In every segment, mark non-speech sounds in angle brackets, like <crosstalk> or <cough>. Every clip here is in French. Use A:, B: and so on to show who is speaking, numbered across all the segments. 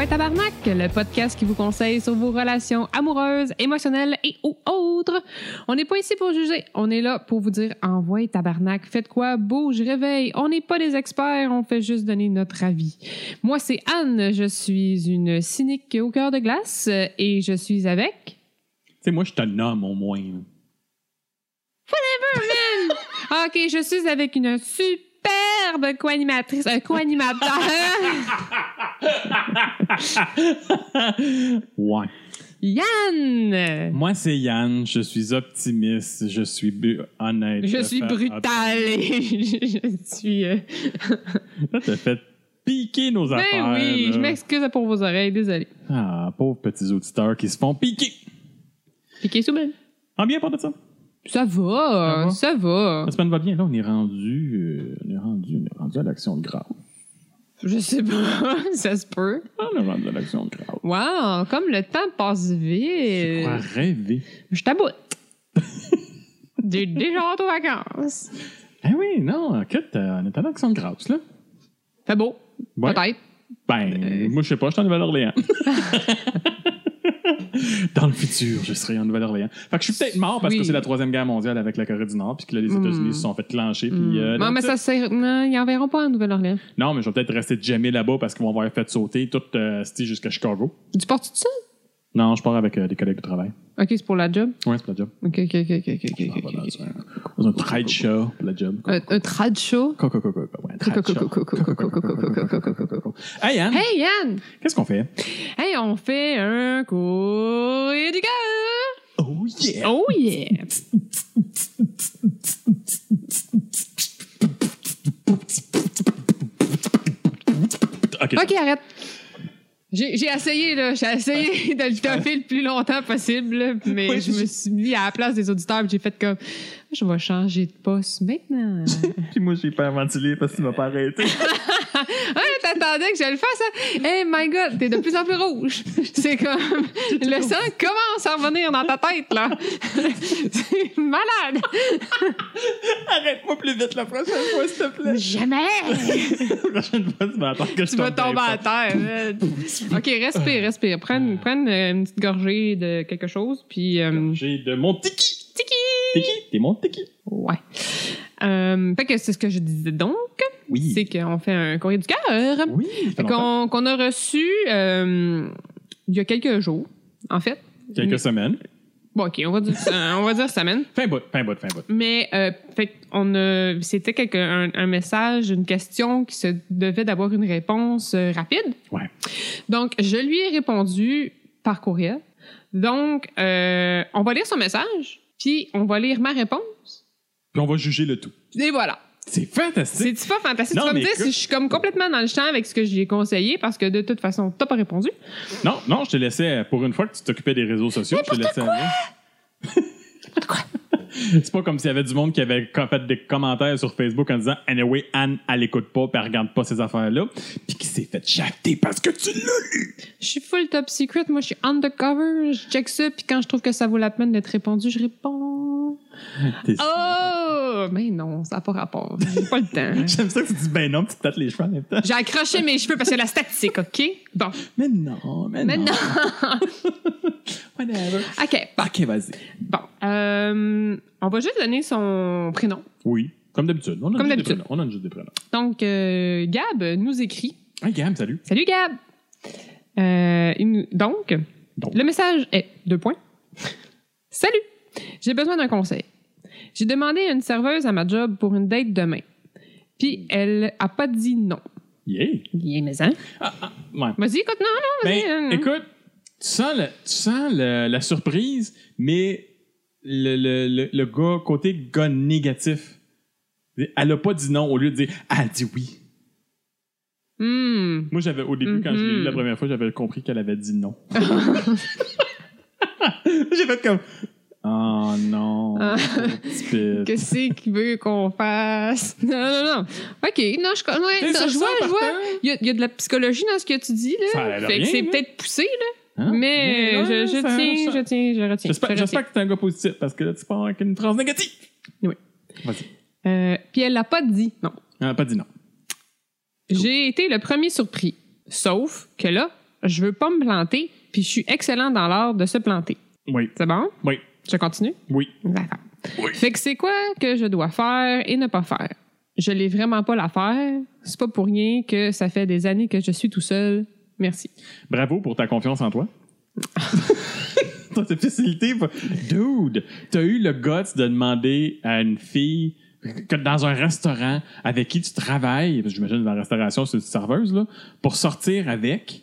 A: Disque, le podcast qui vous conseille sur vos relations amoureuses, émotionnelles et ou autres. On n'est pas ici pour juger, on est là pour vous dire envoie tabarnak, faites quoi, bouge, réveille. On n'est pas des experts, on fait juste donner notre avis. Moi, c'est Anne, je suis une cynique au cœur de glace euh, et je suis avec.
B: Tu sais, moi, je te le nomme au moins. là.
A: Ah, OK, je suis avec une superbe co-animatrice, un co-animateur,
B: Ouais.
A: Yann.
B: Moi, c'est Yann. Je suis optimiste. Je suis bu- honnête.
A: Je suis
B: fais-
A: brutale et <laughs> je, je suis. euh,
B: Là, Ah, t'as fait piquer nos affaires.
A: Ben oui,
B: là.
A: je m'excuse pour vos oreilles, désolé.
B: Ah, pauvres petits auditeurs qui se font piquer.
A: Piqué sous même.
B: Ah bien, pas de ça.
A: Ça va,
B: va?
A: ça va.
B: La semaine va bien. Là, on est rendu, euh, on est rendu, on est rendu à l'action de grâce.
A: Je sais pas, <laughs> ça se peut.
B: Ah, On est rendu à l'action de grâce.
A: Wow, comme le temps passe
B: Je crois
A: vite.
B: rêver.
A: Je t'aboute. <laughs> J'ai déjà hâte aux vacances.
B: Ah oui, non, écoute, euh, on est à l'action de grâce, là.
A: Fait beau,
B: Ouais.
A: peut-être.
B: Ben,
A: Euh.
B: moi, je sais pas, je suis en Nouvelle-Orléans. <laughs> Dans le futur, je serai en Nouvelle-Orléans. Fait que je suis peut-être mort parce
A: Oui.
B: que c'est la Troisième Guerre mondiale avec la Corée du Nord, puis que là, les
A: Mm.
B: États-Unis se sont fait clencher. puis,
A: Hmm.
B: euh,
A: non, mais
B: that's
A: ça
B: it.
A: sert. Non, ils enverront pas en Nouvelle-Orléans.
B: Non, mais je vais peut-être rester jamais là-bas parce qu'ils vont avoir fait sauter tout euh, c'ti, jusqu'à Chicago.
A: Tu portes tout ça?
B: Non, je pars avec euh, des collègues de travail.
A: Ok, c'est pour la job.
B: Ouais, c'est pour la job.
A: Ok, ok, ok, ok, ok,
B: On
A: ok.
B: va
A: ok,
B: dans,
A: ok.
B: un, dans
A: <laughs>
B: un trade show pour la job.
A: Un, un trad show.
B: Co- co- co- co- co- ouais, trade show. Hey, Anne,
A: Hey Yann!
B: qu'est-ce qu'on fait?
A: Hey, on fait un courrier du cœur!
B: Oh yeah!
A: Oh yeah!
B: Ok,
A: Ok, arrête. J'ai j'ai essayé, là. J'ai essayé de le toffer le plus longtemps possible, là, mais
B: Oui,
A: je me
B: je-
A: suis mis à la place des auditeurs et j'ai fait comme Ah, je vais changer de poste maintenant.
B: Puis moi, j'ai pas ventilé parce que tu m'as pas arrêté.
A: Ah, t'attendais que je le fasse, hein? Hey, my God, t'es de plus en plus rouge. C'est comme le sang commence à revenir dans ta tête, là. <laughs> C'est malade.
B: Arrête-moi plus vite la prochaine fois, s'il te plaît.
A: Jamais!
B: La prochaine fois, tu vas attendre que je
A: Tu vas
B: tombe
A: tomber
B: dans
A: à
B: les pommes.
A: terre. là.
B: <laughs>
A: OK, respire, respire. Prends,
B: Euh.
A: prends une, une petite gorgée de quelque chose, puis... euh,
B: J'ai de mon tiki.
A: Tiki!
B: Tiki, t'es mon tiki.
A: Ouais. Euh, fait que c'est ce que je disais donc,
B: Oui.
A: c'est qu'on fait un courrier du cœur
B: Oui, ça fait
A: qu'on
B: longtemps.
A: qu'on a reçu euh, il y a quelques jours, en fait.
B: Quelques semaines.
A: Bon, OK, on va dire, ça- on va dire semaine.
B: Fin bout, fin bout, fin bout.
A: Mais euh, fait qu'on a- c'était quelque- un, un message, une question qui se devait d'avoir une réponse euh, rapide.
B: Ouais.
A: Donc, je lui ai répondu par courriel. Donc, euh, on va lire son message, puis on va lire ma réponse.
B: Puis on va juger le tout.
A: Et voilà.
B: C'est fantastique.
A: C'est-tu pas fantastique?
B: Non,
A: tu vas me
B: mais
A: dire
B: écoute-
A: si je suis comme complètement dans le champ avec ce que je lui ai conseillé parce que de toute façon, t'as pas répondu.
B: Non, non, je te laissais, pour une fois que tu t'occupais des réseaux sociaux, je te laissais aller. <laughs> C'est pas comme s'il y avait du monde qui avait co- fait des commentaires sur Facebook en disant Anyway, Anne, elle écoute pas, puis elle regarde pas ces affaires-là, puis qui s'est fait shafter parce que tu l'as lu.
A: Je suis full top secret, moi je suis undercover, je check ça, puis quand je trouve que ça vaut la peine d'être répondu, je réponds.
B: T'es-
A: Oh! Mais non, ça n'a pas rapport. J'ai pas le temps.
B: J'aime ça que tu dis ben non, puis tu te tâtes les cheveux en même temps.
A: J'ai accroché mes cheveux parce que la statistique, OK? Bon,
B: Mais non, mais,
A: maintenant.
B: Whatever.
A: <laughs> OK.
B: Ok, vas-y.
A: Bon. Euh, on va juste donner son prénom.
B: Oui, comme d'habitude. On a
A: Comme
B: juste des
A: d'habitude.
B: prénoms. On a juste des prénoms.
A: Donc, euh, Gab nous écrit.
B: Hey, Gam, salut.
A: Salut Gab! Euh, il nous- donc,
B: Donc.
A: le message est deux points. Salut! J'ai besoin d'un conseil. J'ai demandé à une serveuse à ma job pour une date demain. Puis elle a pas dit non.
B: Yeah.
A: Il est
B: hein?
A: maison.
B: Ouais.
A: Vas-y, écoute, non, non, Ah, vas-y.
B: Ben,
A: euh,
B: écoute, tu sens, le- tu sens le- la surprise, mais le, le, le, le gars, côté gars négatif, elle a pas dit non au lieu de dire elle a dit oui.
A: hmm.
B: Moi, j'avais au début, quand je
A: Mm-hmm.
B: l'ai lu la première fois, j'avais compris qu'elle avait dit
A: <laughs>
B: non. J'ai fait comme Oh non,
A: Ah. <laughs>
B: pauvre petit pit.
A: Qu'est-ce qu'il veut qu'on fasse? <laughs> Non, non, non. OK, non, je, con- ouais,
B: T'sais,
A: non,
B: sur
A: je
B: ça,
A: vois,
B: en
A: je vois.
B: partant,
A: Il y, a, il y a de la psychologie dans ce que tu dis, là.
B: Ça a l'air
A: fait que
B: rien,
A: c'est
B: là.
A: peut-être poussé, là.
B: hein?
A: Mais,
B: Mais,
A: je,
B: ouais,
A: je
B: ça-
A: tiens,
B: ça-
A: je tiens, je retiens. je
B: J'espère,
A: retiens.
B: j'espère que t'es un gars positif parce que là, tu pars avec une phrase négative.
A: Oui.
B: Vas-y.
A: Euh, puis elle l'a pas dit non.
B: Ah, pas Euh, dit non.
A: J'ai été le premier surpris. Sauf que là, je veux pas me planter, puis je suis excellent dans l'art de se planter.
B: Oui,
A: C'est bon?
B: oui,
A: Je continue?
B: oui.
A: D'accord.
B: Oui.
A: Fait que c'est quoi que je dois faire et ne pas faire? Je l'ai vraiment pas la faire. C'est pas pour rien que ça fait des années que je suis tout seul. Merci.
B: Bravo pour ta confiance en <laughs> toi. T'as cette facilité. pour- Dude, t'as eu le guts de demander à une fille que dans un restaurant avec qui tu travailles, parce que j'imagine dans la restauration, c'est une serveuse, là, pour sortir avec.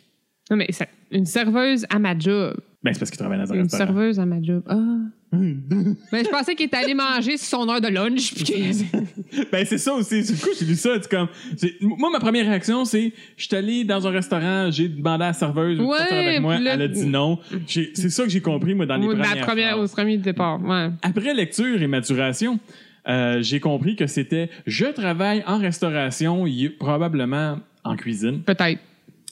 A: Non, mais ça- une serveuse à ma job.
B: Ben, c'est parce qu'il travaille dans un
A: Une
B: restaurant.
A: serveuse à ma job. Ah.
B: <laughs>
A: mais je pensais qu'il était allé manger sur son heure de lunch. puis que-
B: ben, c'est ça aussi. Du coup, j'ai lu ça. C'est comme. c'est- Moi, ma première réaction, c'est je suis allé dans un restaurant, j'ai demandé à la serveuse de
A: Ouais,
B: sortir avec moi.
A: puis là-
B: Elle a dit non. J'ai- C'est ça que j'ai compris, moi, dans les
A: Oui,
B: premières.
A: ma première,
B: phrases.
A: au premier départ. Ouais.
B: Après lecture et maturation, euh, j'ai compris que c'était je travaille en restauration, y- probablement en cuisine.
A: Peut-être.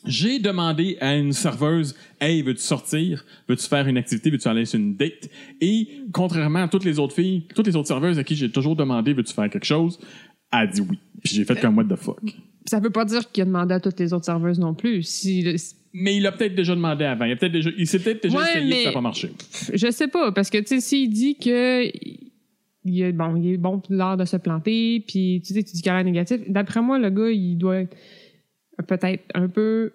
B: J'ai demandé à une serveuse Hey, veux-tu sortir Veux-tu faire une activité Veux-tu aller sur une date Et contrairement à toutes les autres filles, toutes les autres serveuses à qui j'ai toujours demandé Veux-tu faire quelque chose Elle a dit oui. Puis j'ai fait comme what the fuck.
A: Ça veut pas dire qu'il a demandé à toutes les autres serveuses non plus. Si,
B: Mais il l'a peut-être déjà demandé avant. Il, a peut-être déjà, il s'est peut-être déjà
A: Ouais,
B: essayé
A: mais-
B: que ça n'a pas marché.
A: Je sais pas, parce que, tu sais, s'il dit que. Il est bon, il est bon pour l'art de se planter, puis tu sais, tu dis qu'il a l'air négatif. D'après moi, le gars, il doit être peut-être un peu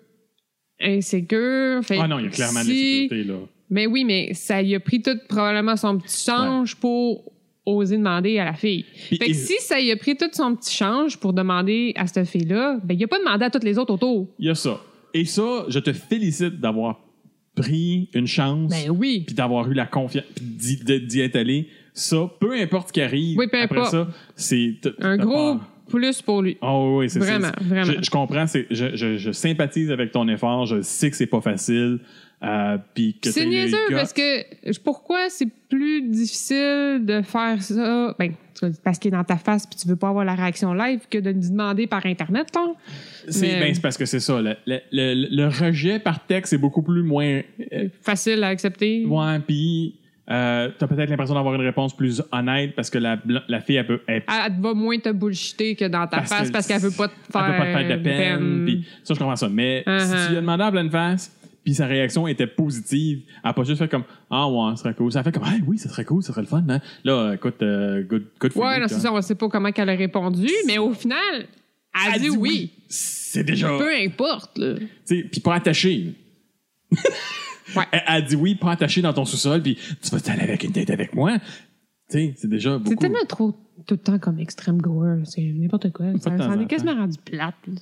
A: insécure. Fait
B: Ah non, il y a clairement de la
A: ben, si-
B: sécurité, là.
A: Mais oui, mais ça lui a pris tout probablement son petit change pour oser demander à la fille. Fait
B: Puis
A: que
B: il-
A: ben, si ça lui a pris tout son petit change pour demander à cette fille-là, ben il a pas demandé à toutes les autres autour.
B: Il y a ça. Et ça, je te félicite d'avoir pris une chance,
A: Ben oui.
B: puis d'avoir eu la confiance, puis d'y- de- d'y être allé. Ça, peu importe ce qui arrive,
A: Oui, peu
B: après
A: importe.
B: ça, c'est... t-
A: Un
B: t'as
A: gros
B: pas-
A: plus pour lui.
B: Oh oui, c'est c'est-
A: Vraiment, vraiment.
B: Je, je comprends, c'est- je, je- je sympathise avec ton effort, je sais que c'est pas facile, euh, puis que
A: C'est
B: t'as eu le
A: niaiseux
B: guts.
A: parce que je- pourquoi c'est plus difficile de faire ça? Ben, c'est parce qu'il est dans ta face puis tu veux pas avoir la réaction live que de lui demander par Internet, là.
B: C'est
A: mais-
B: ben, c'est parce que c'est ça, le, le- le- le rejet par texte est beaucoup plus moins... euh,
A: Facile à accepter.
B: ouais, puis euh, t'as peut-être l'impression d'avoir une réponse plus honnête parce que la, bl- la fille, elle peut... elle
A: Elle, elle va moins te bullshiter que dans ta
B: Parce
A: face
B: que
A: parce qu'elle veut pas te faire.
B: Elle peut pas te faire de peine. puis ça, je comprends ça. Mais si
A: Uh-huh.
B: tu lui as demandé à pleine face, puis sa réaction était positive, elle a pas juste fait comme Ah ouais, ça serait cool. Ça fait comme Ah oui, ça serait cool, ça serait le fun. hein. Là, écoute, euh, good, good for
A: Ouais,
B: you,
A: non, c'est
B: John.
A: ça, on sait pas comment qu'elle a répondu, mais au final, elle, dit, oui.
B: C'est déjà.
A: Peu importe, là.
B: Tu sais, Puis pas attaché.
A: Ouais.
B: Elle, elle dit oui, pas attaché dans ton sous-sol, puis tu vas t'aller avec une tête avec moi. Tu sais, c'est déjà beaucoup.
A: C'est
B: <laughs>
A: tellement trop tout le temps comme extreme goer, c'est n'importe quoi.
B: de
A: Ça,
B: temps
A: ça en
B: en
A: est
B: temps.
A: quasiment rendu plate. là.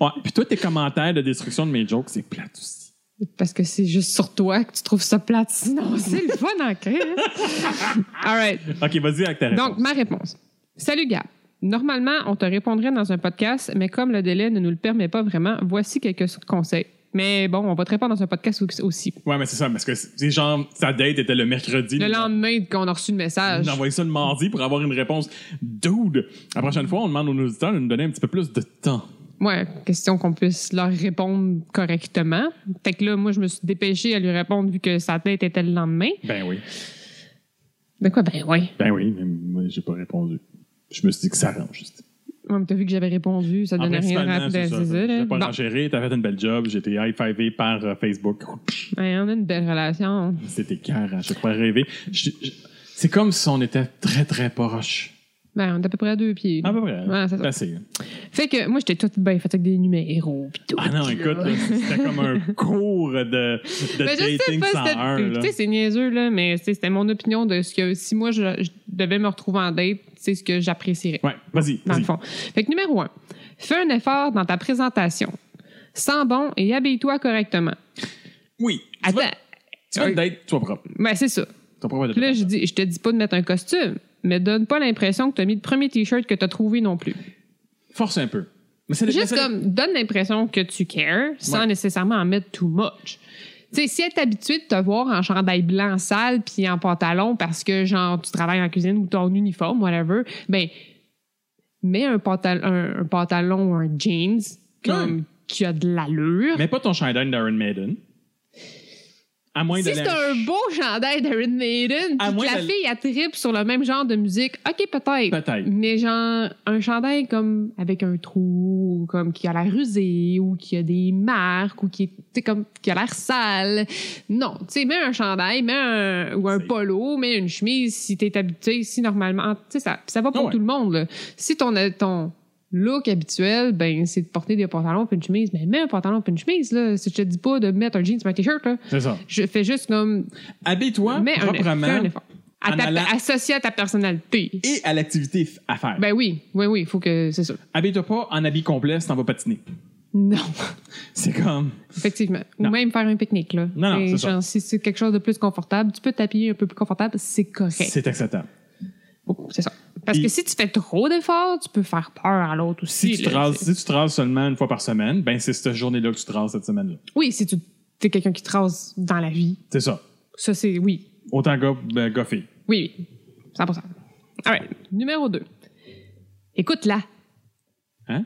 B: Ouais, Puis toi, tes commentaires de destruction de mes jokes, c'est plate aussi.
A: Parce que c'est juste sur toi que tu trouves ça plate. <laughs> Sinon, c'est le fun en crise. All right.
B: Ok, vas-y avec ta réponse.
A: Donc, ma réponse. Salut, Gab. Normalement, on te répondrait dans un podcast, mais comme le délai ne nous le permet pas vraiment, voici quelques conseils. Mais bon, on va te répondre dans un podcast au- aussi.
B: Ouais, mais c'est ça, parce que c'est genre, sa date était le mercredi.
A: Le
B: nous,
A: lendemain qu'on a reçu le
B: on-
A: message.
B: On envoyait ça le mardi pour avoir une réponse. Dude, la prochaine fois, on demande aux auditeurs de nous donner un petit peu plus de temps.
A: Ouais, question qu'on puisse leur répondre correctement. Fait que là, moi, je me suis dépêchée à lui répondre vu que sa tête était le lendemain.
B: Ben oui.
A: De quoi? Ben oui.
B: Ben oui, mais moi, j'ai pas répondu. Je me suis dit que ça arrange.
A: Ouais, mais t'as vu que j'avais répondu, ça
B: En
A: donnait rien à
B: principalement, c'est ça.
A: là.
B: J'ai pas
A: Bon.
B: enchéré, t'as fait une belle job, j'ai été high-fivé par euh, Facebook.
A: Ouais, ben, on a une belle relation.
B: C'était cœur, je crois rêver. Je- je- C'est comme si on était très, très proches.
A: Ben, on est à peu près à deux pieds. là.
B: À peu près.
A: Ouais, c'est ça.
B: Assez.
A: Fait que moi, j'étais toute bien faite avec des numéros pis tout.
B: Ah non,
A: là.
B: écoute, là, c'était
A: <laughs>
B: comme un cours de, de
A: Ben, je sais
B: dating
A: pas,
B: 101.
A: c'était-
B: là.
A: tu sais, c'est niaiseux, là, mais tu sais, c'était mon opinion de ce que si moi, je, je devais me retrouver en date, c'est ce que j'apprécierais,
B: Ouais, vas-y.
A: dans
B: vas-y.
A: le fond. Fait que numéro un, fais un effort dans ta présentation. Sens bon et habille-toi correctement.
B: Oui. Tu
A: Attends,
B: vas- Tu vas
A: Oui.
B: une date, toi propre.
A: ben, c'est ça.
B: Ton propre
A: Puis là, je, dis, je te dis pas de mettre un costume, mais donne pas l'impression que t'as mis le premier T-shirt que t'as trouvé non plus.
B: Force un peu. Mais c'est
A: Juste comme, donne l'impression que tu cares sans
B: Ouais.
A: nécessairement en mettre too much. Tu sais, si elle est habituée de te voir en chandail blanc sale puis en pantalon parce que, genre, tu travailles en cuisine ou ton uniforme, whatever, ben, mets un, pantal- un, un pantalon ou un jeans comme, qui a de l'allure.
B: Mais pas ton chandail d'Iron Maiden. À moins
A: Si
B: de
A: c'est
B: la-
A: un beau chandail d'Iron Maiden,
B: À
A: puis que
B: moins
A: la
B: de- Ben,
A: fille, elle tripe sur le même genre de musique, OK, peut-être.
B: Peut-être.
A: Mais genre, un chandail comme avec un trou, ou comme qui a l'air rusé, ou qui a des marques, ou qui, est- tu sais, comme, qui a l'air sale. Non, tu sais, mets un chandail, mets un, ou un
B: C'est-
A: polo, mets une chemise si t'es habitué, si normalement, ah, tu sais, ça, ça va pour
B: Ah Ouais.
A: tout le monde. là. Si ton, ton look habituel, ben, c'est de porter des pantalons puis une chemise, ben, mets un pantalon puis une chemise, là. Si je te dis pas de mettre un jeans puis un t-shirt, là.
B: C'est ça.
A: Je fais juste comme.
B: Habille-toi
A: mais un, fais
B: Hein? proprement
A: un effort. À
B: en
A: ta-
B: allant-
A: Associé à ta personnalité.
B: et à l'activité f- à faire.
A: Ben oui, oui, oui, il faut que. C'est ça.
B: Habille-toi pas en habit complet si t'en vas patiner.
A: Non,
B: C'est comme.
A: effectivement.
B: Non.
A: Ou même faire un pique-nique, là.
B: Non, non,
A: Et
B: c'est ça.
A: genre, Si c'est quelque chose de plus confortable, tu peux t'appuyer un peu plus confortable, c'est correct. Oh,
B: C'est acceptable.
A: C'est ça. Parce
B: Puis-
A: que si tu fais trop d'efforts, tu peux faire peur à l'autre aussi.
B: Si tu, te
A: là,
B: rases,
A: tu sais.
B: si tu te rases seulement une fois par semaine, ben c'est cette journée-là que tu te rases cette semaine-là.
A: Oui, si tu es quelqu'un qui te rase dans la vie,
B: C'est ça.
A: ça c'est. Oui.
B: Autant gars, ben, gars, fille.
A: Oui, oui. 100%. All right. Numéro 2. Écoute-la.
B: Hein?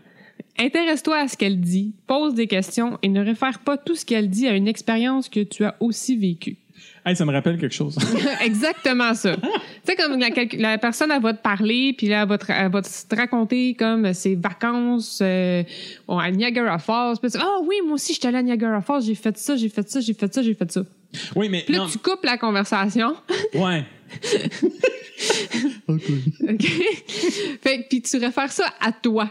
A: Intéresse-toi à ce qu'elle dit, pose des questions et ne réfère pas tout ce qu'elle dit à une expérience que tu as aussi vécue.
B: Hey, ça me rappelle quelque chose. <laughs>
A: <laughs> Exactement ça. tu sais, comme la, quel- la personne, elle va te parler, puis là, elle va te, elle va te raconter comme ses vacances euh, bon, à Niagara Falls. Puis tu dis, Ah oui, moi aussi, j'étais allée à Niagara Falls, j'ai fait ça, j'ai fait ça, j'ai fait ça, j'ai fait ça.
B: oui, mais.
A: Puis là,
B: non,
A: tu coupes la conversation. <laughs>
B: Ouais.
A: OK? fait que, puis tu réfères ça à toi.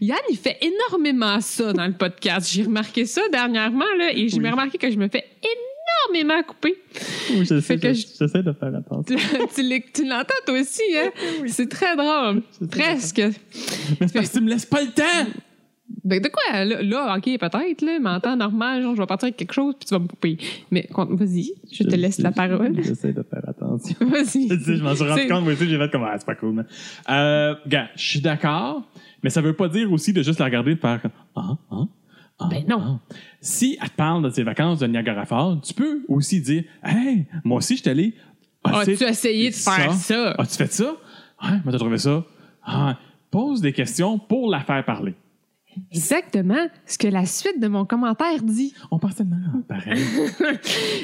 A: Yann, il fait énormément ça dans le podcast. J'ai remarqué ça dernièrement, là, et j'ai
B: Oui.
A: remarqué que je me fais énormément couper.
B: <laughs>
A: <laughs>
B: Oui,
A: Fait que je-
B: j'essaie de faire
A: tu
B: attention.
A: tu l'é- tu l'entends toi aussi, hein? C'est très drôle. Presque.
B: Mais c'est <laughs> parce que tu me laisses pas le temps!
A: Ben, de quoi? Là, là, OK, peut-être, là, mais en temps normal, genre, je vais partir avec quelque chose, puis tu vas me couper. Mais con- vas-y, je te
B: <laughs>
A: laisse la parole. <laughs>
B: J'essaie de faire attention.
A: Vas-y.
B: Je sais, je m'en suis rendu
A: C'est-
B: compte, moi aussi, j'ai fait comme, ah, c'est pas cool, man. Euh, gars, je suis d'accord, mais ça veut pas dire aussi de juste la regarder et de faire comme, ah, ah, ah.
A: Ben non.
B: ah. Si elle te parle de ses vacances de Niagara Falls, tu peux aussi dire, hey, moi aussi, je suis allé. Ah, tu
A: As-tu
B: sais,
A: essayé de faire ça?
B: As-tu fait ça? Ouais, moi, t'as trouvé ça? Ah, pose des questions pour la faire parler.
A: Exactement ce que la suite de mon commentaire dit.
B: On pense tellement pareil.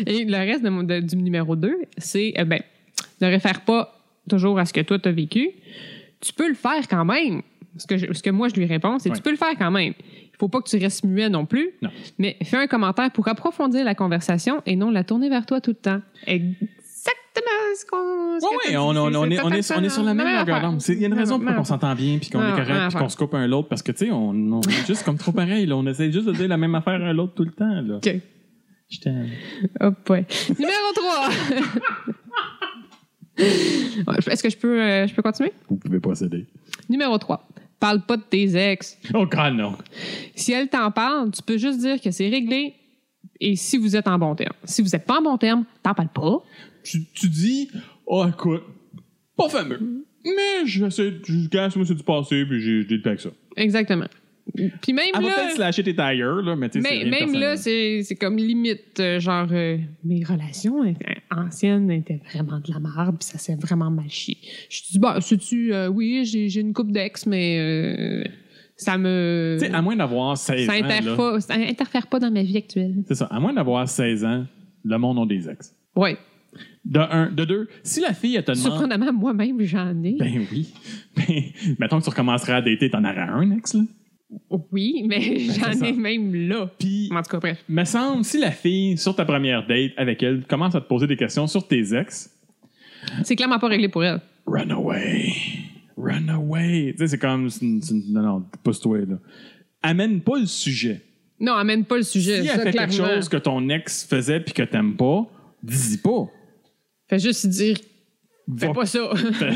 A: Et le reste de mon- de- du numéro 2, c'est, euh, ben, ne réfère pas toujours à ce que toi t'as vécu. Tu peux le faire quand même. Ce que, je- ce que moi je lui réponds, c'est
B: Ouais.
A: tu peux le faire quand même. Il faut pas que tu restes muet non plus.
B: Non.
A: Mais fais un commentaire pour approfondir la conversation et non la tourner vers toi tout le temps. Exactement ce qu'on. ce
B: Oui,
A: que t'as
B: oui,
A: dit.
B: on, on-
A: C'est-
B: on
A: c'est
B: est, on, est,
A: totalement
B: on est sur la même longueur
A: affaire.
B: d'onde. C'est- Il y a une raison pour
A: Même
B: qu'on s'entend bien, puis qu'on
A: Même
B: est correct, puis
A: affaire.
B: qu'on se coupe un l'autre, parce que, tu sais, on, on est juste comme trop pareil. Là. On essaie juste de dire la même affaire à l'autre tout le temps. Là.
A: affaire. OK.
B: Je t'aime.
A: Hop, ouais. Numéro <laughs> 3. Est-ce que je peux, euh, je peux continuer?
B: Vous pouvez procéder.
A: Numéro 3. Parle pas de tes ex.
B: Oh, God, non.
A: Si elle t'en parle, tu peux juste dire que c'est réglé et si vous êtes en bon terme. Si vous n'êtes pas en bon terme, t'en parles pas.
B: Tu, tu dis, oh, écoute, pas fameux. Mais j'essaie, je casse, moi, c'est du passé, puis j'ai j'ai pas avec ça.
A: Exactement. Puis même
B: Elle va
A: là,
B: peut-être slasher tes tailleurs, là, mais tu sais, c'est
A: mais-
B: rien de
A: même là,
B: personnel.
A: c'est c'est comme limite, euh, genre, euh, mes relations euh, anciennes étaient vraiment de la merde, puis ça s'est vraiment mal chié. Je dis, bah, sais-tu, euh, oui, j'ai j'ai une coupe d'ex, mais euh, ça me...
B: Tu sais, à moins d'avoir 16
A: ça,
B: ans.
A: interfère
B: là,
A: pas, ça interfère pas dans ma vie actuelle.
B: C'est ça. À moins d'avoir 16 ans, le monde a des ex.
A: Ouais.
B: De un. De deux, si la fille, elle te demande.
A: Surprenamment, moi-même, j'en ai.
B: Ben oui. Ben, mettons que tu recommencerais à dater, t'en aurais un ex, là.
A: oui, mais j'en
B: Ben, ça.
A: ai même là.
B: Puis,
A: En tout cas, bref.
B: me semble, si la fille, sur ta première date avec elle, commence à te poser des questions sur tes ex,
A: C'est clairement pas réglé pour elle.
B: run away. Run away. Tu sais, c'est comme. c'est une- c'est une- non, non, pousse-toi, là. Amène pas le sujet.
A: Non, amène pas le sujet.
B: Si elle
A: ça,
B: fait quelque
A: clairement.
B: chose que ton ex faisait puis que t'aimes pas, dis-y pas.
A: Fais juste dire, fais
B: Va-
A: pas ça. <laughs>
B: <laughs> fais-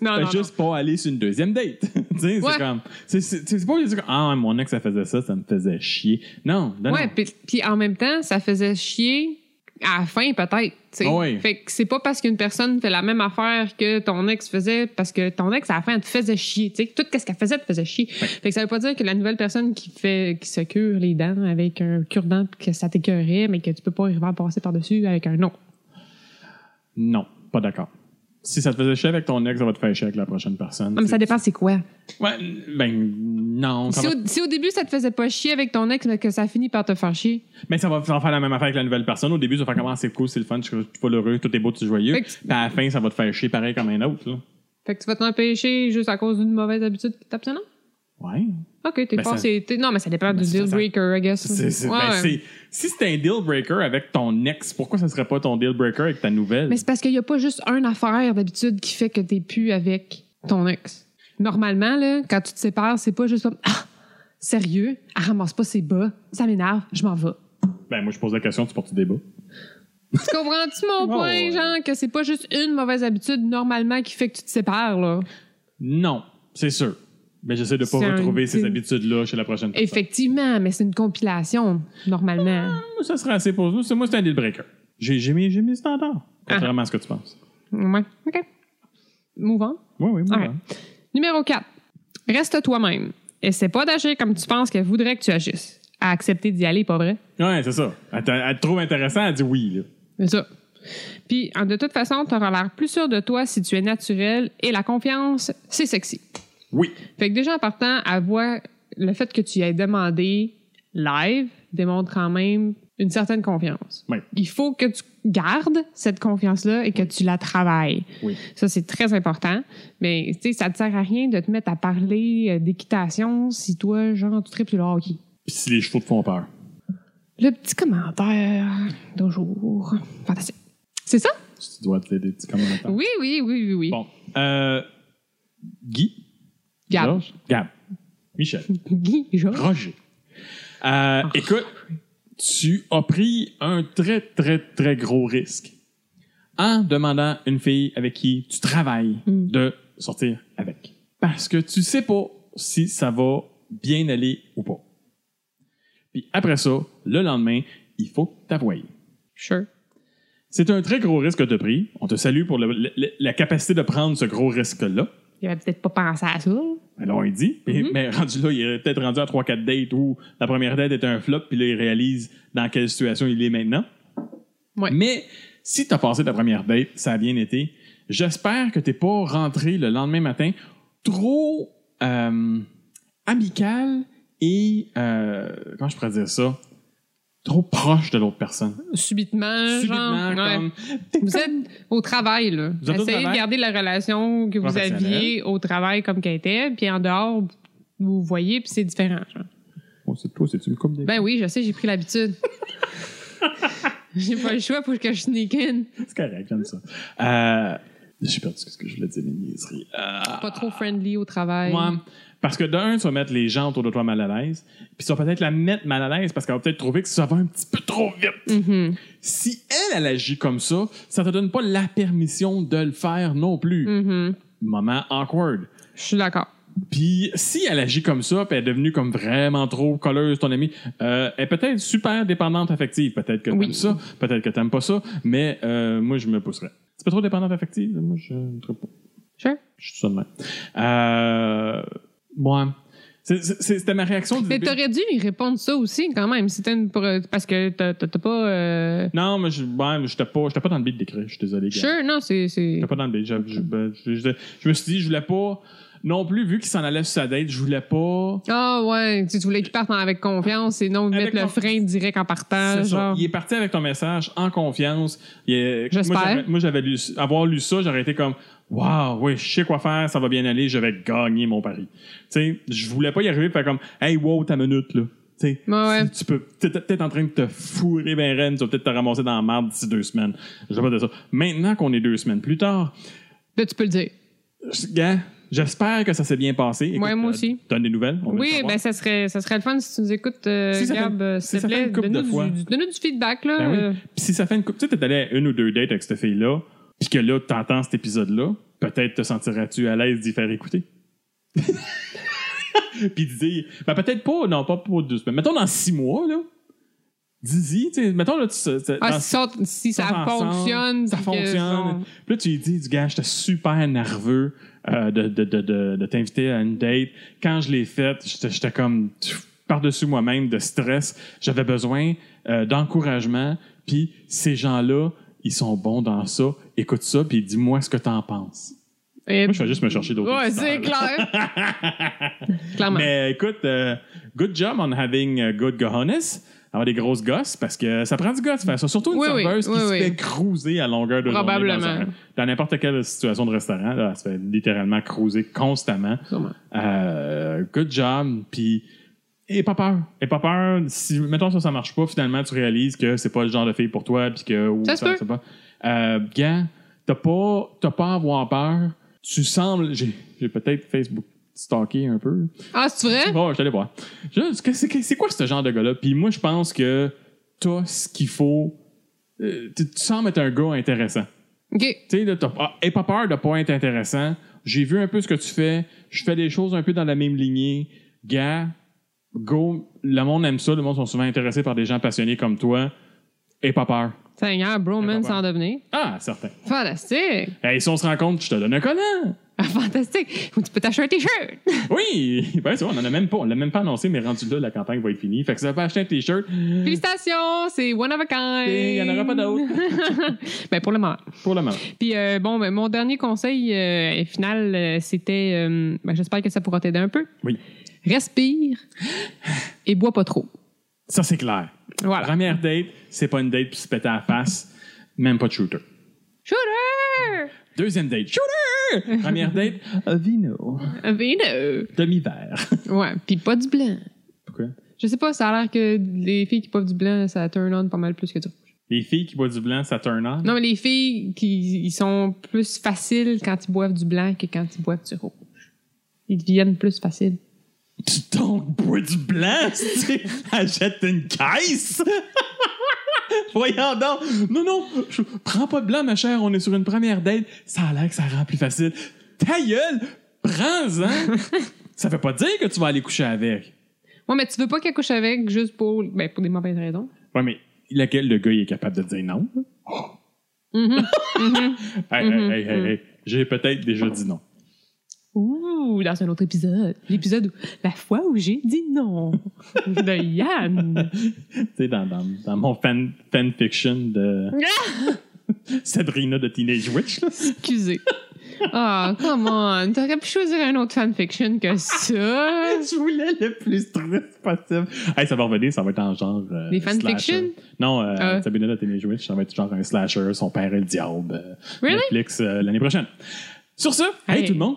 A: non,
B: Fait
A: non,
B: juste pas aller sur une deuxième date. <laughs> tu sais,
A: Ouais.
B: c'est comme. C'est c'est- c'est pas obligé de dire, ah, mon ex, elle faisait ça, ça me faisait chier. Non, non,
A: non.
B: non.
A: Ouais, puis- puis en même temps, ça faisait chier à la fin, peut-être. tu sais.
B: Ah Ouais.
A: Fait que c'est pas parce qu'une personne fait la même affaire que ton ex faisait, parce que ton ex, à la fin, elle te faisait chier. tu sais. Tout ce qu'elle faisait te faisait chier. Fait que ça veut pas dire que la nouvelle personne qui fait qui se cure les dents avec un cure-dent puis que ça t'écœurait, mais que tu peux pas arriver à passer par-dessus avec un non.
B: Non, pas d'accord. si ça te faisait chier avec ton ex, ça va te faire chier avec la prochaine personne.
A: Non, mais ça
B: C'est-
A: dépend c'est quoi.
B: Ouais, ben non. ça
A: Si
B: va-
A: au, si au début ça te faisait pas chier avec ton ex, mais que ça finit par te faire chier.
B: Mais ça va ça va faire la même affaire avec la nouvelle personne. Au début, ça va faire comment c'est cool, c'est le fun, tu es pas heureux, tout est beau, tu es joyeux.
A: Fait
B: Puis
A: que-
B: à la fin, ça va te faire chier pareil comme un autre. Là.
A: Fait que tu vas t'empêcher juste à cause d'une mauvaise habitude qui tape ça, non?
B: Ouais.
A: Ok, t'es
B: Ben, ça-
A: passé. t'es- Non, mais ça dépend
B: Ben,
A: du
B: c'est-
A: deal
B: ça-
A: breaker, I guess.
B: C'est- c'est-
A: Ouais,
B: ben,
A: ouais.
B: c'est- si c'était un deal breaker avec ton ex, pourquoi ça serait pas ton deal breaker avec ta nouvelle?
A: Mais c'est parce qu'il n'y a pas juste une affaire d'habitude qui fait que t'es plus avec ton ex. Normalement, là, quand tu te sépares, c'est pas juste comme Ah, sérieux, elle ramasse pas ses bas, ça m'énerve, je m'en
B: <laughs>
A: vais.
B: Ben moi, je pose la question, tu portes du débat.
A: Tu comprends-tu mon
B: Oh,
A: point,
B: ouais.
A: genre, que c'est pas juste une mauvaise habitude normalement qui fait que tu te sépares, là?
B: Non, c'est sûr. Mais j'essaie de pas
A: C'est un
B: retrouver ces
A: deal.
B: habitudes-là chez la prochaine personne.
A: Effectivement, mais c'est une compilation, normalement.
B: Moi, Ah, ça serait assez pour nous. C'est- Moi, c'est un deal breaker. J'ai j'ai mes, j'ai mes standards,
A: Ah.
B: contrairement à ce que tu penses.
A: Ouais, OK. Mouvant.
B: Oui, oui, moi.
A: Ouais. Numéro 4. Reste toi-même. Essaie pas d'agir comme tu penses qu'elle voudrait que tu agisses. À accepter d'y aller, pas vrai?
B: hein. Ouais, c'est ça. Elle, te- elle te trouve intéressant, elle dit oui. Là.
A: C'est ça. Puis, en- de toute façon, tu auras l'air plus sûr de toi si tu es naturel et la confiance, c'est sexy.
B: Oui.
A: Fait que déjà, en partant, à voir le fait que tu y aies demandé live démontre quand même une certaine confiance.
B: Ouais.
A: Il faut que tu gardes cette confiance-là et que tu la travailles.
B: Oui.
A: Ça, c'est très important. Mais, tu sais, ça te sert à rien de te mettre à parler euh, d'équitation si toi, genre, tu tripes le hockey.
B: Puis si les chevaux te font peur.
A: Le petit commentaire d'un jour. Fantastique. C'est ça?
B: Si tu dois te des petits commentaires.
A: Oui, oui, oui, oui, oui.
B: Ah. Bon. Euh, Guy.
A: Gab.
B: Georges, Gab. Michel.
A: Guy, Georges.
B: Roger. Euh, Écoute, tu as pris un très, très, très gros risque en demandant une fille avec qui tu travailles
A: Mm.
B: de sortir avec. Parce que tu sais pas si ça va bien aller ou pas. Puis après ça, le lendemain, il faut t'avouer.
A: Sure.
B: C'est un très gros risque que tu as pris. On te salue pour le- le- le- la capacité de prendre ce gros risque-là.
A: Il avait peut-être pas pensé à ça.
B: Alors, il dit. Puis-
A: Mhm.
B: <laughs> Mais rendu là, il est peut-être rendu à 3-4 dates où la première date était un flop, puis là, il réalise dans quelle situation il est maintenant.
A: Ouais.
B: Mais si tu as passé ta première date, ça a bien été. J'espère que tu pas rentré le lendemain matin trop euh, amical et. euh, comment je pourrais dire ça? Trop proche de l'autre personne.
A: Subitement,
B: Subitement,
A: Euh, genre. ouais.
B: comme.
A: Vous êtes au travail, là.
B: Vous êtes au
A: Essayez de
B: travail.
A: garder la relation que vous
B: Professionnelle.
A: aviez au travail comme qu'elle était, puis en dehors, vous voyez, puis c'est différent. genre.
B: Oh, c'est toi, c'est-tu une couple des.
A: Ben oui, je sais, j'ai pris l'habitude. j'ai pas le choix pour que je sneak in.
B: C'est correct, j'aime ça. Euh, J'ai perdu ce que je voulais dire, mes niaiseries. Euh,
A: Pas trop friendly au travail.
B: Ouais. Parce que d'un, tu vas mettre les gens autour de toi mal à l'aise, puis tu vas peut-être la mettre mal à l'aise parce qu'elle va peut-être trouver que ça va un petit peu trop vite.
A: Mhm.
B: Si elle, elle agit comme ça, ça te donne pas la permission de le faire non plus.
A: Mhm.
B: Moment awkward.
A: Je suis d'accord.
B: Puis si elle agit comme ça, puis elle est devenue comme vraiment trop colleuse, ton amie, euh, elle est peut-être super dépendante affective. Peut-être que t'aimes
A: Oui.
B: ça, peut-être que t'aimes pas ça, mais euh, moi, je me pousserais. C'est pas trop dépendante affective? Moi, je ne trouve pas.
A: Sure.
B: Je suis tout ça de même. Euh, ouais. C'est- c'est- c'est- C'était ma réaction du
A: Mais
B: début.
A: t'aurais dû lui répondre ça aussi, quand même. C'était une. pro- Parce que t'as t'as- t'as pas. euh,
B: Non, mais je ouais, j'étais pas, j'étais pas dans le beat d'écrire. Je suis désolé. gars.
A: Sure, non, c'est. c'est-
B: J'étais pas dans le beat. Je, je- ben, je- je- je me suis dit, je voulais pas. Non plus, vu qu'il s'en allait sur sa date, je voulais pas.
A: Ah ouais, tu tu voulais qu'il parte avec confiance et non
B: Avec
A: mettre le
B: conf-
A: frein direct en partant.
B: C'est ça.
A: genre.
B: Il est parti avec ton message en confiance. Il est-
A: J'espère.
B: Moi, j'aurais- Moi, j'avais lu, avoir lu ça, j'aurais été comme, waouh, oui, je sais quoi faire, ça va bien aller, je vais gagner mon pari. Tu sais, je voulais pas y arriver, faire comme, hey, wow, ta minute là. Tu sais,
A: Ouais, ouais.
B: si tu peux, t'es t'es peut-être en train de te fourrer ben reine, tu vas peut-être te ramasser dans la merde d'ici deux semaines. Je veux pas de ça. Maintenant qu'on est deux semaines plus tard,
A: Là, tu peux le dire.
B: je- gars, j'espère que ça s'est bien passé. Écoute,
A: Ouais, moi
B: euh,
A: aussi.
B: Donne des nouvelles. on veut le
A: Oui,
B: savoir.
A: ben ça serait, ça serait le fun si tu nous écoutes, euh,
B: Si ça fait-
A: Gab, euh,
B: si
A: s'il te
B: ça fait
A: plaît.
B: une couple de
A: Donne-nous
B: fois.
A: du, du- donne-nous du feedback, là.
B: Ben oui.
A: euh,
B: Puis si ça fait une coupe, tu sais, t'es allé à une ou deux dates avec cette fille-là, puis que là, t'entends cet épisode-là, peut-être te sentiras-tu à l'aise d'y faire écouter. <laughs> puis de dire, ben peut-être pas, non, pas pour deux semaines. Mettons dans six mois, là. Dis-y, tu sais, mettons là, tu. tu- tu-
A: ah,
B: dans-
A: si, ça- si ça
B: sont ensemble,
A: fonctionne.
B: Ça
A: puis que,
B: fonctionne.
A: genre,
B: Puis là, tu lui dis, du gars, j'étais super nerveux euh, de, de, de, de, de t'inviter à une date. Quand je l'ai faite, j'étais j'étais comme pff, par-dessus moi-même de stress. J'avais besoin euh, d'encouragement. Puis ces gens-là, ils sont bons dans ça. écoute ça, puis dis-moi ce que t'en penses.
A: Et-
B: Moi, je vais juste me chercher d'autres.
A: eh, Ouais,
B: auditeurs,
A: c'est
B: là.
A: clair.
B: <laughs>
A: Clairement.
B: Mais écoute, euh, good job on having uh, good cojones. Avoir des grosses gosses, parce que ça prend du gosse de faire ça. Surtout une
A: Oui, oui,
B: serveuse
A: oui,
B: qui
A: oui.
B: se fait cruiser à longueur de journée. dans
A: Probablement.
B: un- Dans n'importe quelle situation de restaurant, là, elle se fait littéralement cruiser constamment.
A: Sûrement.
B: Euh, good job, puis... Et pas peur. Et pas peur. Si, mettons, ça, ça marche pas, finalement, tu réalises que c'est pas le genre de fille pour toi, puis que... ou
A: Ça se peut.
B: c'est pas. Euh, gars, t'as pas, t'as pas à avoir peur. Tu sembles... J'ai j'ai peut-être Facebook stalké un peu.
A: Ah, c'est vrai?
B: Bon, je t'allais voir. Je- c'est- C'est c'est quoi ce genre de gars-là? Puis moi, je pense que t'as ce qu'il faut. Euh, Tu tu sembles être un gars intéressant.
A: OK.
B: Tu sais, là, t'as pas- aie pas peur de pas être intéressant. J'ai vu un peu ce que tu fais. Je fais des choses un peu dans la même lignée. Gars, go. Le monde aime ça. Le monde sont souvent intéressés par des gens passionnés comme toi. Aie pas peur.
A: Seigneur, Broman
B: Pas peur.
A: sans devenir.
B: Ah, certain.
A: Fantastique.
B: Et si on se rencontre, je te donne un collant.
A: Ah, fantastique. Ou tu peux t'acheter un
B: <laughs>
A: t-shirt.
B: Oui! Ben, c'est vrai, on en a même pas. On l'a même pas annoncé, mais rendu là, la campagne va être finie. Fait que ça va acheter un t-shirt.
A: Félicitations, c'est one of a kind.
B: Et il y en aura pas
A: d'autres. <laughs> ben, pour le moment.
B: Pour le moment.
A: Puis euh, bon, ben, mon dernier conseil euh, final, euh, c'était, euh, ben, j'espère que ça pourra t'aider un peu.
B: Oui. <gasps>
A: Respire et bois pas trop.
B: Ça, c'est clair.
A: Voilà.
B: Première date, c'est pas une date puis se péter à la face, même pas de shooter.
A: Shooter!
B: Deuxième date, shooter! Première date, un vino,
A: Vino! <laughs>
B: demi-verre.
A: Ouais, puis pas du blanc.
B: Pourquoi?
A: Je sais pas, ça a l'air que les filles qui boivent du blanc, ça turn on pas mal plus que du rouge.
B: Les filles qui boivent du blanc, ça turn on.
A: Non, mais les filles, qui, ils sont plus faciles quand ils boivent du blanc que quand ils boivent du rouge. Ils deviennent plus faciles.
B: Tu donc bois du blanc, <laughs> c'est- achète une caisse! <laughs> Voyons donc! Non, non, je- prends pas de blanc, ma chère, on est sur une première date, ça a l'air que ça rend plus facile. Ta gueule, prends-en!
A: <laughs>
B: ça veut pas dire que tu vas aller coucher avec.
A: Ouais, mais tu veux pas qu'elle couche avec juste pour, ben, pour des mauvaises raisons.
B: Ouais, mais laquelle le gars il est capable de dire non? là?
A: Mhm.
B: Mm-hmm. Hey,
A: Mhm,
B: hey, hey, hey, hey. J'ai peut-être déjà dit non.
A: <laughs> Ouh, dans un autre épisode. L'épisode où la fois où j'ai dit non <laughs> de Yann.
B: Tu sais, dans, dans, dans mon fan, fanfiction <laughs> de Sabrina de Teenage Witch, là.
A: Excusez. Ah, come on. T'aurais pu choisir un autre fanfiction que ça.
B: Je voulais le plus triste possible. Hey, ça va revenir, ça va être en genre. euh,
A: Des
B: slasher.
A: fanfictions?
B: Non, euh,
A: Ah.
B: Sabrina de Teenage Witch, ça va être genre un slasher, son père est le diable. euh,
A: Really?
B: Netflix euh, l'année prochaine. Sur ce, hey,
A: Hey.
B: tout le monde!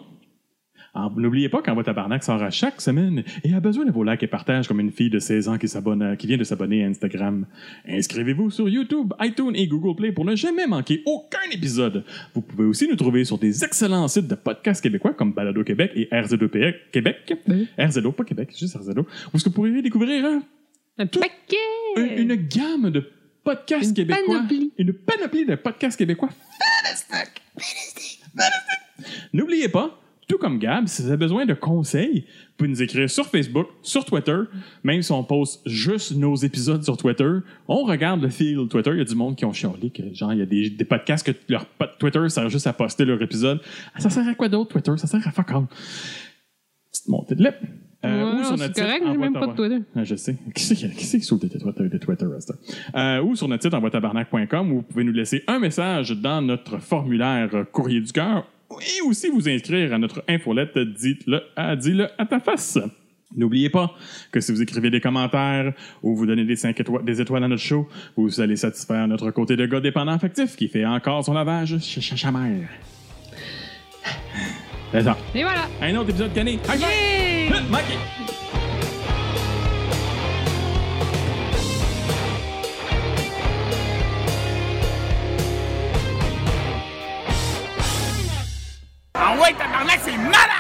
B: Ah, N'oubliez pas qu'Envoi Tabarnak sort à chaque semaine et a besoin de vos likes et partages comme une fille de 16 ans qui, s'abonne à- qui vient de s'abonner à Instagram. Inscrivez-vous sur YouTube, iTunes et Google Play pour ne jamais manquer aucun épisode. Vous pouvez aussi nous trouver sur des excellents sites de podcasts québécois comme Balado Québec et RZO P- E Québec.
A: Oui.
B: RZO, pas Québec, juste RZO. Où est-ce que vous pourrez découvrir hein,
A: Un
B: un-
A: paquet.
B: une gamme de podcasts
A: Une
B: québécois.
A: panoplie.
B: Une panoplie de podcasts québécois. Fantastique! Fantastique! Fantastique! N'oubliez pas, tout comme Gab, si vous avez besoin de conseils, vous pouvez nous écrire sur Facebook, sur Twitter, même si on poste juste nos épisodes sur Twitter. On regarde le fil Twitter, il y a du monde qui ont chialé que genre il y a des, des podcasts que leur po- Twitter sert juste à poster leur épisode. Ah, Ça sert à quoi d'autre Twitter? Ça sert à fuck all. Petite montée de lait. Euh,
A: Ouais, non, c'est correct, j'ai même pas de Twitter.
B: Ah, je sais. <laughs> Qui c'est qui, qui, c'est qui saute des Twitter, des Twitter à cette heure? Euh, Ou sur notre site envoitabarnac.com où vous pouvez nous laisser un message dans notre formulaire euh, courrier du cœur et aussi vous inscrire à notre infolette Dites-le à, dis-le à ta face. N'oubliez pas que si vous écrivez des commentaires ou vous donnez des, cinq étoiles, des étoiles à notre show, vous allez satisfaire notre côté de gars dépendant affectif qui fait encore son lavage chez Chachamère. Attends,
A: Et voilà.
B: un autre épisode canné.
A: Yay!
B: Manqué!
C: Ah ouais, tabarnak, c'est malade!